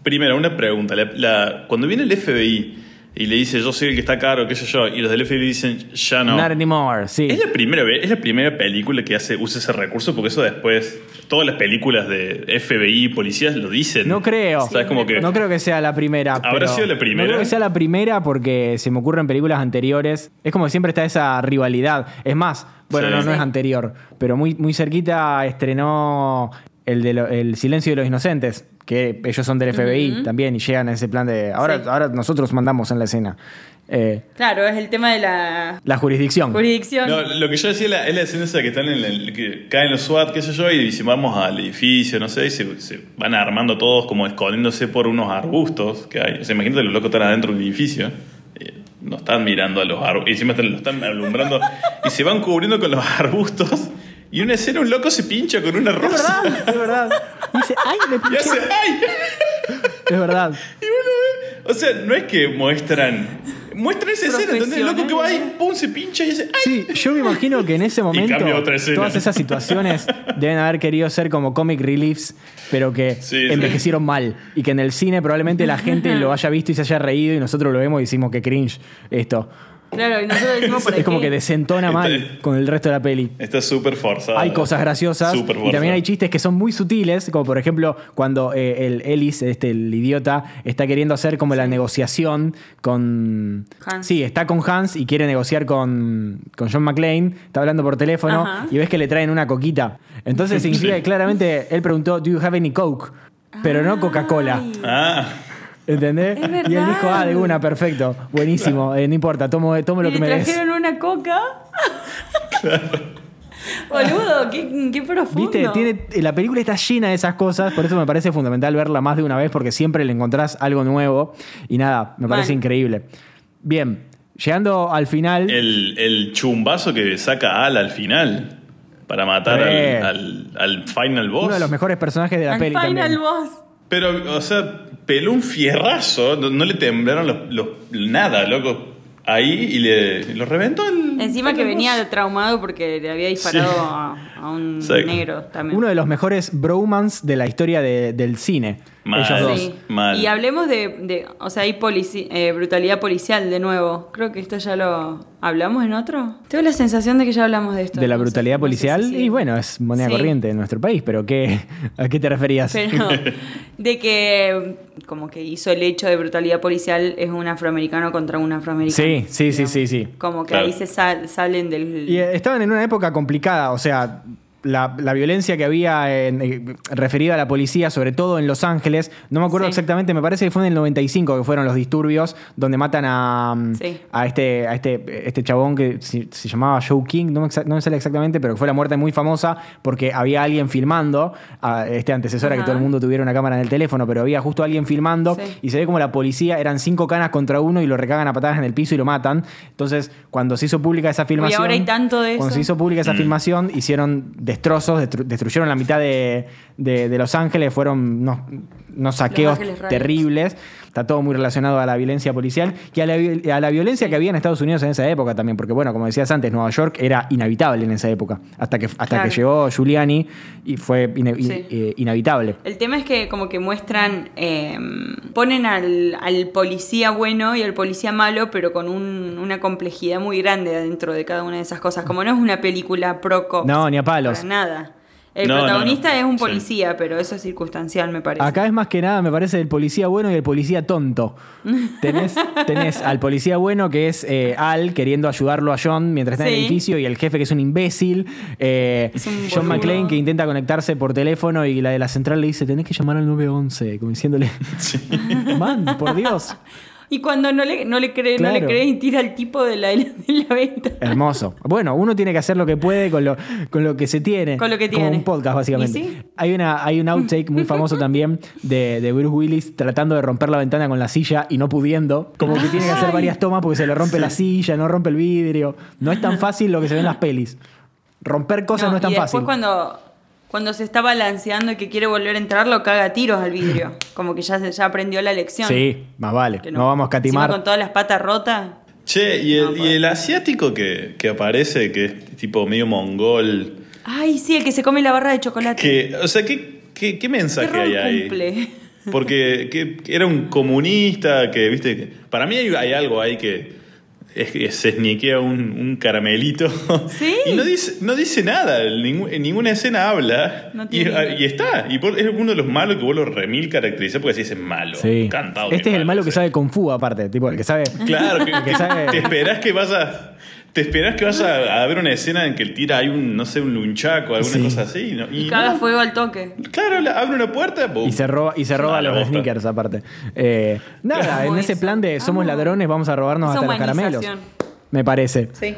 primero, una pregunta. La- la- cuando viene el FBI y le dice, yo soy el que está caro, qué sé yo, y los del FBI dicen, ya no. Not anymore, sí. Es la primera vez, es la primera película que hace, usa ese recurso, porque eso después, todas las películas de FBI y policías lo dicen. No creo. O sea, es como que. No creo que sea la primera. ¿Habrá pero- sido la primera? No creo que sea la primera porque se me ocurren películas anteriores. Es como que siempre está esa rivalidad. Es más, bueno, Sí. no, no es anterior, pero muy, muy cerquita estrenó el, de lo- el Silencio de los Inocentes, que ellos son del FBI también y llegan a ese plan de. Ahora, Sí. ahora nosotros mandamos en la escena. Eh, Claro, es el tema de la la jurisdicción. jurisdicción. No, lo que yo decía la- es la escena esa que están en el, que caen los SWAT, qué sé yo, y dicen vamos al edificio, no sé, y se, se van armando todos como escondiéndose por unos arbustos que hay. O sea, imagínate los locos están adentro de un edificio. eh, No están mirando a los arbustos. Y encima están- lo están alumbrando. y se van cubriendo con los arbustos. Y en una escena un loco se pincha con una Es rosa. verdad, es verdad. Dice, ay, me Y pinché". hace, ¡ay! Es verdad. O sea, no es que muestran. Muestran esa escena, ¿entendés? El loco que va ahí, pum, se pincha y dice, ¡ay! Sí, yo me imagino que en ese momento cambia otra escena. todas esas situaciones deben haber querido ser como comic reliefs, pero que Sí, sí. envejecieron mal y que en el cine probablemente la gente lo haya visto y se haya reído y nosotros lo vemos y decimos que cringe esto. Claro, y nosotros decimos por Es como que qué. desentona mal Este- con el resto de la peli. Está súper forzado. Hay cosas graciosas Súper y también forzado. hay chistes que son muy sutiles, como por ejemplo cuando eh, el Ellis, este, el idiota, está queriendo hacer como la negociación con... Hans. Sí, está con Hans y quiere negociar con, con John McClane, está hablando por teléfono Ajá. y ves que le traen una coquita. Entonces significa que claramente él preguntó, ¿Do you have any Coke? Pero no Coca-Cola, Ay. Ah. ¿entendés? Es Y él verdad. dijo, ah, de una, perfecto, buenísimo, eh, no importa, tomo, tomo lo Y que le me des. trajeron una coca. Boludo, qué, qué profundo. Viste, tiene, eh, la película está llena de esas cosas, por eso me parece fundamental verla más de una vez, porque siempre le encontrás algo nuevo. Y nada, me parece Mal. increíble. Bien, llegando al final. El, el chumbazo que saca Al al final para matar Re. al, al- al final boss. uno de los mejores personajes de la Al peli. final también. boss. Pero, o sea, peló un fierrazo, no, no le temblaron los, los- nada, loco. ahí y le, lo reventó el. Encima que el- venía traumado porque le había disparado a, a un Exacto. negro también. Uno de los mejores bromance de la historia de- del cine. Mal. Ellos dos. Sí. Mal. Y hablemos de, de- o sea, hay polici- eh, brutalidad policial de nuevo. Creo que esto ya lo hablamos en otro. Tengo la sensación de que ya hablamos de esto. De la no sé- brutalidad no sé si policial. sí. Y bueno, es moneda Sí. corriente en nuestro país, pero ¿qué, ¿a qué te referías? Pero de que como que hizo el hecho de brutalidad policial es un afroamericano contra un afroamericano. Sí, sí, sí, digamos. sí, sí. Como que Claro. ahí se sal- salen del... Y eh, estaban en una época complicada, o sea, la, la violencia que había en- eh, referida a la policía, sobre todo en Los Ángeles, no me acuerdo Sí. exactamente, me parece que fue en el 95 que fueron los disturbios donde matan a, mm, Sí. a este a este este chabón que se, se llamaba Joe King, no me, exa- no me sale exactamente, pero que fue la muerte muy famosa porque había alguien filmando, a este antecesor a que Ajá. todo el mundo tuviera una cámara en el teléfono, pero había justo alguien filmando Sí. y se ve como la policía eran cinco canas contra uno y lo recagan a patadas en el piso y lo matan. Entonces, cuando se hizo pública esa filmación. Uy, ahora hay tanto de Cuando eso. se hizo pública esa filmación, hicieron destrozos, destru- destruyeron la mitad de, de- de Los Ángeles, fueron unos, unos saqueos Ángeles Riots. terribles. Está todo muy relacionado a la violencia policial y a la, vi- a la violencia que había en Estados Unidos en esa época también, porque bueno, como decías antes, Nueva York era inhabitable en esa época, hasta que, hasta Claro. que llegó Giuliani y fue ine- in- Sí. eh, inhabitable. El tema es que como que muestran, eh, ponen al, al policía bueno y al policía malo, pero con un- una complejidad muy grande dentro de cada una de esas cosas. Como no es una película pro cops. No, ni a palos. Oh. Para nada. El No, no, protagonista no. es un Sí. policía, pero eso es circunstancial, me parece. Acá es más que nada, me parece, el policía bueno y el policía tonto. Tenés, tenés al policía bueno que es eh, Al queriendo ayudarlo a John mientras está en el Sí. edificio y el jefe que es un imbécil. eh, Es un John boludo. McClane que intenta conectarse por teléfono y la de la central le dice, tenés que llamar al 911, como diciéndole, man, por Dios. Y cuando no le, no le cree, no le Claro. cree y tira al tipo de la, de la venta. Hermoso. Bueno, uno tiene que hacer lo que puede con lo, con lo que se tiene. Con lo que Como tiene. un podcast, básicamente. ¿Y sí? Hay, una, hay un outtake muy famoso también de, de Bruce Willis tratando de romper la ventana con la silla y no pudiendo. Como que tiene que hacer varias tomas porque se le rompe la silla, no rompe el vidrio. No es tan fácil lo que se ve en las pelis. Romper cosas no, es tan y después fácil. Cuando, cuando se está balanceando y que quiere volver a entrar, lo caga a tiros al vidrio. Como que ya, se- ya aprendió la lección. Sí, más vale. Que No. vamos a escatimar. Encima con todas las patas rotas. Che, y el, No, y pues. el asiático que, que aparece, que es tipo medio mongol. Ay, sí, el que se come la barra de chocolate. Que, o sea, ¿qué, qué, qué mensaje rol hay ahí? cumple? Porque que- que era un comunista que, viste, para mí hay, hay algo ahí que es, que se sniquea un, un caramelito. Sí. Y no dice, no dice nada, en, ningún- en ninguna escena habla. y, No ah, tiene ningún- y está. Y por- es uno de los malos que vos lo remil caracterizás porque así es malo. Sí. Cantado Este es el malo que sí. sabe Kung Fu, aparte. Tipo, el que sabe. Claro, que, que sabe- te esperás que vas a. Te esperás que vas a, a ver una escena en que el tira hay un, no sé, un lunchaco, alguna Sí. cosa así. ¿no? Y no. caga fuego al toque. Claro, la- abre una puerta. pum. Y se roba, y se roba Ah, la los de bosta. sneakers aparte. Eh, nada, Amo en ese eso. plan de somos Amo. ladrones, vamos a robarnos Esa hasta los caramelos. humanización. Me parece. Sí.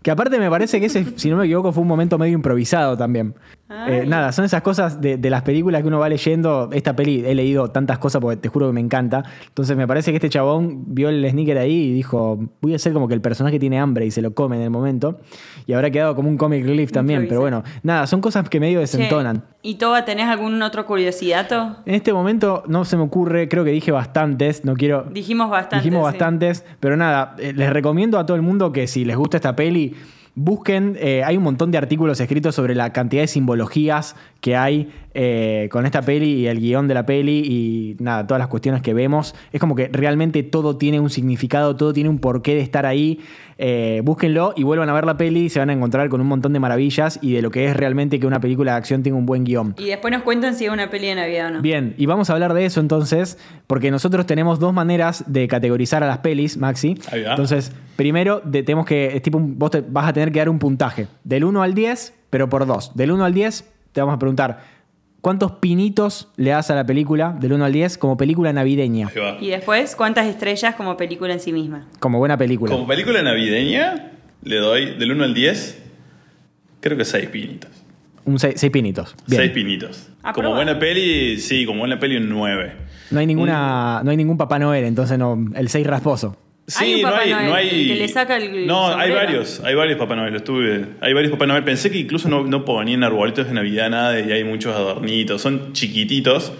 Que aparte me parece que ese, si no me equivoco, fue un momento medio improvisado también. Ay. Eh, nada, son esas cosas de, de las películas que uno va leyendo. Esta peli he leído tantas cosas porque te juro que me encanta. Entonces me parece que este chabón vio el sneaker ahí y dijo, voy a hacer como que el personaje tiene hambre y se lo come en el momento. Y habrá quedado como un comic relief también. Pero Improvisé. bueno, nada, son cosas que medio desentonan. Che, ¿Y Toba, tenés algún otro curiosidato? En este momento no se me ocurre, creo que dije bastantes, no quiero... Dijimos bastante. dijimos sí. bastantes, pero nada, eh, les recomiendo a todo el mundo que si les gusta esta peli, busquen, eh, hay un montón de artículos escritos sobre la cantidad de simbologías que hay eh, con esta peli y el guión de la peli y nada, todas las cuestiones que vemos. Es como que realmente todo tiene un significado, todo tiene un porqué de estar ahí. Eh, búsquenlo y vuelvan a ver la peli y se van a encontrar con un montón de maravillas y de lo que es realmente que una película de acción tenga un buen guión. Y después nos cuentan si es una peli de Navidad o no. Bien, y vamos a hablar de eso entonces, porque nosotros tenemos dos maneras de categorizar a las pelis, Maxi. Ahí va. Entonces, primero de- tenemos que, es tipo, un- vos te- vas a tener que dar un puntaje, del 1 al 10, pero por 2. Del 1 al 10 te vamos a preguntar, ¿cuántos pinitos le das a la película, del 1 al 10, como película navideña? Ahí va. Y después, ¿cuántas estrellas como película en sí misma? Como buena película. Como película navideña, le doy del 1 al 10, creo que 6 pinitos. Un 6 pinitos. Bien. 6 pinitos. Aproba. Como buena peli, sí, como buena peli un 9. No hay, ninguna, Mm. no hay ningún Papá Noel, entonces no, el 6 rasposo. Sí, Hay un no, Papá hay, Noel, no hay- el que le saca el No, hay sombrero. varios, hay varios Papá Noel, lo estuve. Hay varios Papá Noel. Pensé que incluso no, no ponían arbolitos de Navidad, nada, y hay muchos adornitos, son chiquititos.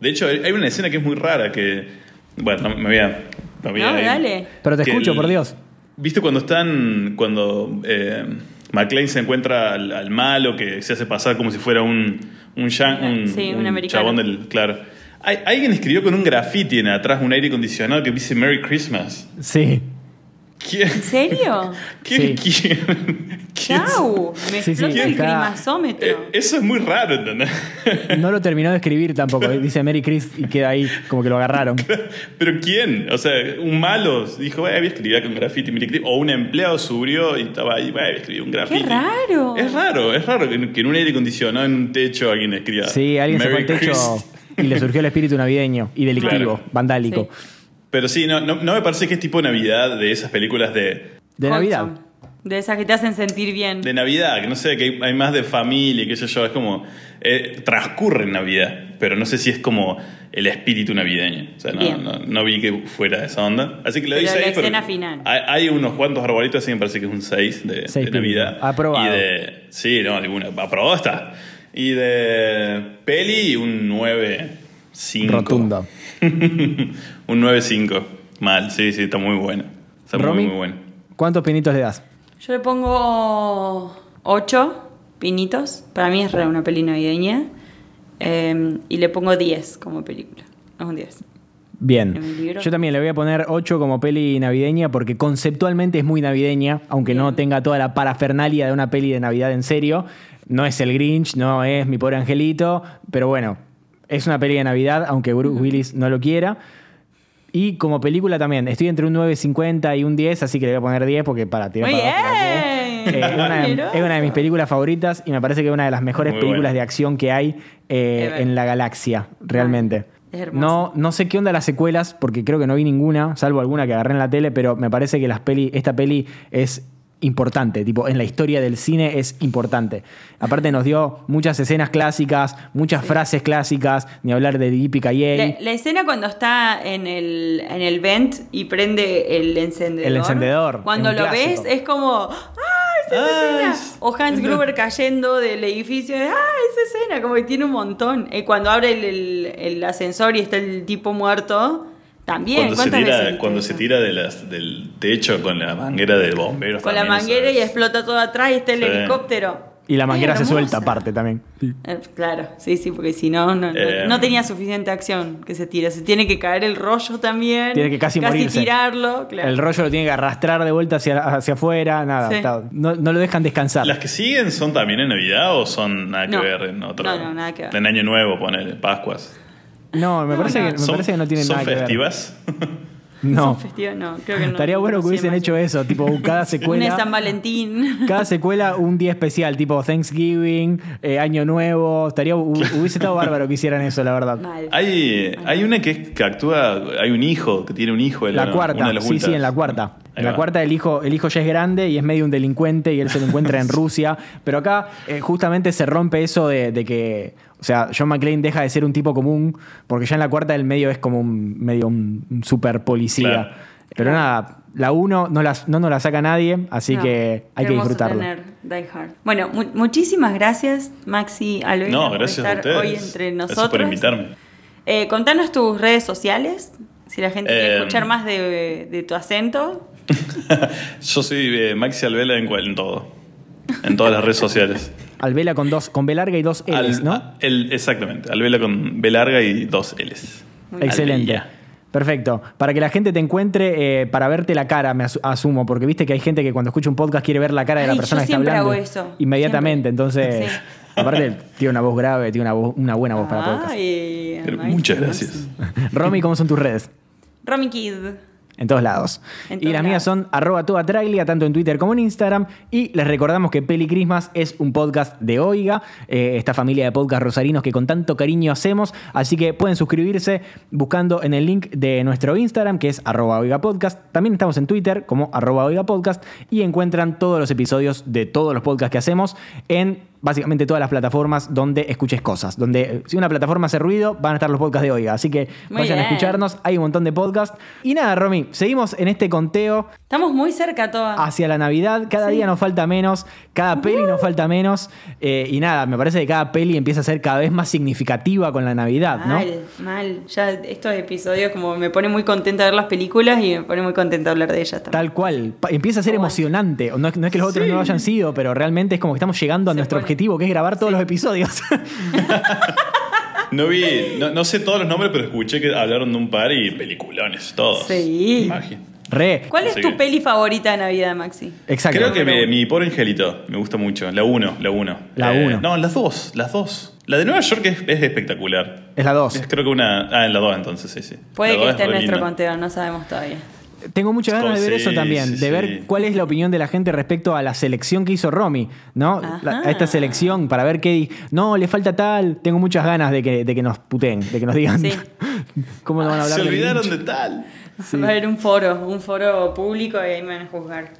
De hecho, hay hay una escena que es muy rara que. Bueno, no, me voy a. está bien. ahí. dale. Pero te Que escucho, el- por Dios. ¿Viste cuando están. cuando eh, McLean se encuentra al, al malo que se hace pasar como si fuera un. un, yan- un- Sí, un un americano. chabón del. claro. Hay- alguien escribió con un graffiti en atrás un aire acondicionado que dice Merry Christmas. Sí. ¿Quién? ¿En serio? ¿Quién? Sí. ¿Quién? ¿Quién? Chau, Sí, me sí, explota el está- crimazómetro. Eh, eso es muy raro, ¿entendés? No lo terminó de escribir tampoco. Dice Mary Chris y queda ahí como que lo agarraron. Pero ¿quién? O sea, un malo dijo, "Eh, voy a escribir con graffiti, mira, escribí". o un empleado subió y estaba ahí, "Eh, voy a escribir un graffiti. raro! Es raro, es raro que, que en un aire acondicionado, en un techo, alguien escriba. Sí, alguien se "Merry fue al techo Christ". y le surgió el espíritu navideño y delictivo, Claro. vandálico. Sí. Pero sí, no, no, no me parece que es tipo Navidad de esas películas de, De Navidad. Wholesome. De esas que te hacen sentir bien. de Navidad, que no sé, que hay, hay más de familia, qué sé yo, es como. eh, transcurre en Navidad, pero no sé si es como el espíritu navideño. O sea, no, Bien. no- no vi que fuera esa onda. Así que le doy Pero la 6. escena final. Hay, hay unos cuantos arbolitos, así que me parece que es un 6 de, Seis de pico. Navidad. Aprobado. Y de, sí, no, ninguna. Aprobado está. Y de peli, un 9. 5. Rotundo. un 9.5. Mal, sí, sí, está muy bueno. Está Romy, muy, muy bueno. ¿Cuántos pinitos le das? Yo le pongo ocho pinitos. Para mí es re una peli navideña. Eh, y le pongo 10 como película. Es un 10. Bien. ¿En el libro? Yo también le voy a poner 8 como peli navideña porque conceptualmente es muy navideña, aunque no tenga toda la parafernalia de una peli de Navidad en serio. No es el Grinch, no es mi pobre angelito, pero bueno, es una peli de Navidad, aunque Bruce Willis no lo quiera. Y como película también, estoy entre un 9.50 y un 10, así que le voy a poner 10 porque para tirar Muy para abajo, para que- bien. Eh, es, una, Mieroso. es una de mis películas favoritas y me parece que es una de las mejores Muy películas buena. de acción que hay eh, Es verdad. Ah, en la galaxia, realmente. es hermosa. no, no sé qué onda las secuelas, porque creo que no vi ninguna, salvo alguna que agarré en la tele, pero me parece que las peli, esta peli es importante, tipo, en la historia del cine es importante. Aparte nos dio muchas escenas clásicas, muchas frases clásicas, ni hablar de Yippee La, la escena cuando está en el, en el vent y prende el encendedor. El encendedor, Cuando es un lo clásico. ves es como. ¡Ah, esa Ay, escena! es- O Hans Gruber cayendo del edificio. ¡Ah, esa escena! Como que tiene un montón. Y cuando abre el, el- el ascensor y está el tipo muerto. También. Cuando, se ¿Cuántas veces tira, viste cuando eso? se tira de las- del techo con la manguera de bomberos. Con la también, eso manguera y es- explota todo atrás y está el Sí. helicóptero. Y la Es manguera se hermosa. suelta aparte también. Eh, Claro, sí, sí, porque si no, no, no- Eh, no tenía suficiente acción que se tira. Se tiene que caer el rollo también. Tiene que casi morirse. tirarlo, claro. El rollo lo tiene que arrastrar de vuelta hacia, hacia afuera, nada, Sí. está- no, no lo dejan descansar. ¿Las que siguen son también en Navidad o son nada que No. ver en otro? No, no, nada que ver. En Año Nuevo, ponele, Pascuas. No, me, No, parece, no. Que, me ¿Son- parece que no tiene ¿Son nada festivas? que ver. No. Son festivos, no, creo que no. Estaría bueno No que sé hubiesen más. hecho eso, tipo cada Una de secuela. San Valentín. Cada secuela un día especial, tipo Thanksgiving, eh, Año Nuevo. Estaría, hu- hubiese estado bárbaro que hicieran eso, la verdad. Mal. hay, hay una que, es- que actúa, hay un hijo, que tiene un hijo. el- La una de cuarta, las sí, sí, vueltas. en la cuarta. Ahí En la va. cuarta el hijo, el hijo ya es grande y es medio un delincuente y él se lo encuentra en Rusia. Pero acá eh, justamente se rompe eso de, de que, o sea, John McClane deja de ser un tipo común porque ya en la cuarta del medio es como un medio un, un super policía. Claro. Pero nada, la uno no, las- no nos la saca nadie, así No, que hay que hermoso disfrutarla. tener Die Hard. Bueno, mu- muchísimas gracias, Maxi Alves. No, gracias por a estar ustedes. hoy entre nosotros. Gracias por invitarme. Eh, contanos tus redes sociales, si la gente quiere Eh, escuchar más de, de tu acento. Yo soy eh, Maxi Alvela en, cual- en todo. En todas las redes sociales. Alvela con dos, con B larga y dos L's, Al- ¿no? el- exactamente. Alvela con B larga y dos L's. Excelente. Alvela. Perfecto. Para que la gente te encuentre, eh, para verte la cara, me asu- asumo, porque viste que hay gente que cuando escucha un podcast quiere ver la cara de la Ay, persona yo que está siempre hablando. hago eso. Inmediatamente, Siempre. entonces. Sí. Aparte, tiene una voz grave, tiene una, voz- una buena voz para podcast. Ay, Pero Maxi, muchas Maxi. gracias. Romy, ¿cómo son tus redes? Romy Kid. En todos lados. En y todos las mías lados. son arroba toda traglia, tanto en Twitter como en Instagram. Y les recordamos que Peli Christmas es un podcast de Oiga, eh, esta familia de podcast rosarinos que con tanto cariño hacemos. Así que pueden suscribirse buscando en el link de nuestro Instagram, que es arroba Oiga Podcast. También estamos en Twitter como arroba Oiga Podcast y encuentran todos los episodios de todos los podcasts que hacemos en básicamente todas las plataformas donde escuches cosas. Donde eh, si una plataforma hace ruido, van a estar los podcasts de Oiga. Así que Muy vayan a bien. escucharnos. Hay un montón de podcasts. Y nada, Romy, seguimos en este conteo Estamos muy cerca todas. hacia la Navidad. Cada día nos falta menos, cada peli nos falta menos. eh, y nada, me parece que cada peli empieza a ser cada vez más significativa con la Navidad, ¿no? Mal, mal. Ya estos episodios como me pone muy contenta ver las películas y me pone muy contenta hablar de ellas también. Tal cual. Pa- Empieza a ser emocionante. No es, no es que los otros no lo hayan sido, pero realmente es como que estamos llegando a Se nuestro pone- objetivo, que es grabar todos los episodios. No vi, no, no sé todos los nombres, pero escuché que hablaron de un par y peliculones, todos. Sí. Magia. Re. ¿Cuál es Así tu que- peli favorita de Navidad, Maxi? Exacto. Creo que me- mi pobre angelito me gusta mucho. La 1, la 1. La uno. No, las dos, las dos. La de Nueva York es, es espectacular. Es la 2. Es creo que una. Ah, en la 2 entonces, sí, sí. Puede La que dos esté en re nuestro linda. conteo, no sabemos todavía. Tengo muchas ganas de ver Sí, eso también, sí, de ver sí. cuál es la opinión de la gente respecto a la selección que hizo Romy, ¿no? La- a esta Ajá. selección, para ver qué... di- No, le falta tal. Tengo muchas ganas de que, de que nos puteen, de que nos digan Sí. cómo nos van a hablar. Se del olvidaron Grinch. de tal. Sí. Va a haber un foro, un foro público y ahí me van a juzgar.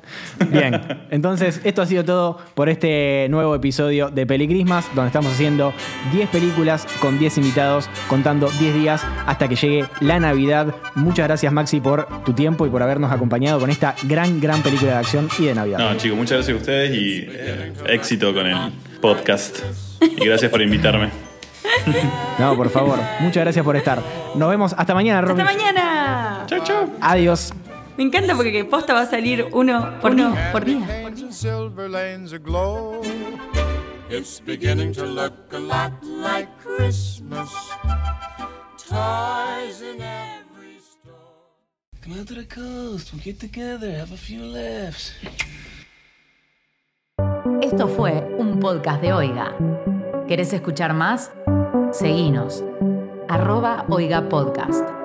Bien, entonces esto ha sido todo por este nuevo episodio de Pelicrismas, donde estamos haciendo 10 películas con 10 invitados, contando 10 días hasta que llegue la Navidad. Muchas gracias Maxi por tu tiempo y por habernos acompañado con esta gran, gran película de acción y de Navidad. No, chicos, muchas gracias a ustedes y eh, éxito con el podcast. Y gracias por invitarme. No, por favor, muchas gracias por estar. Nos vemos hasta mañana, Romy. ¡Hasta mañana! Chau, chau. Adiós. Me encanta porque posta va a salir uno por uno por Candy día. canes and silver lanes aglow. It's beginning to look a lot like Christmas. Toys in every store. Come out to the coast. We'll get together, have a few laughs. Esto fue un podcast de Oiga. ¿Querés escuchar más? Seguinos. Arroba Oiga Podcast.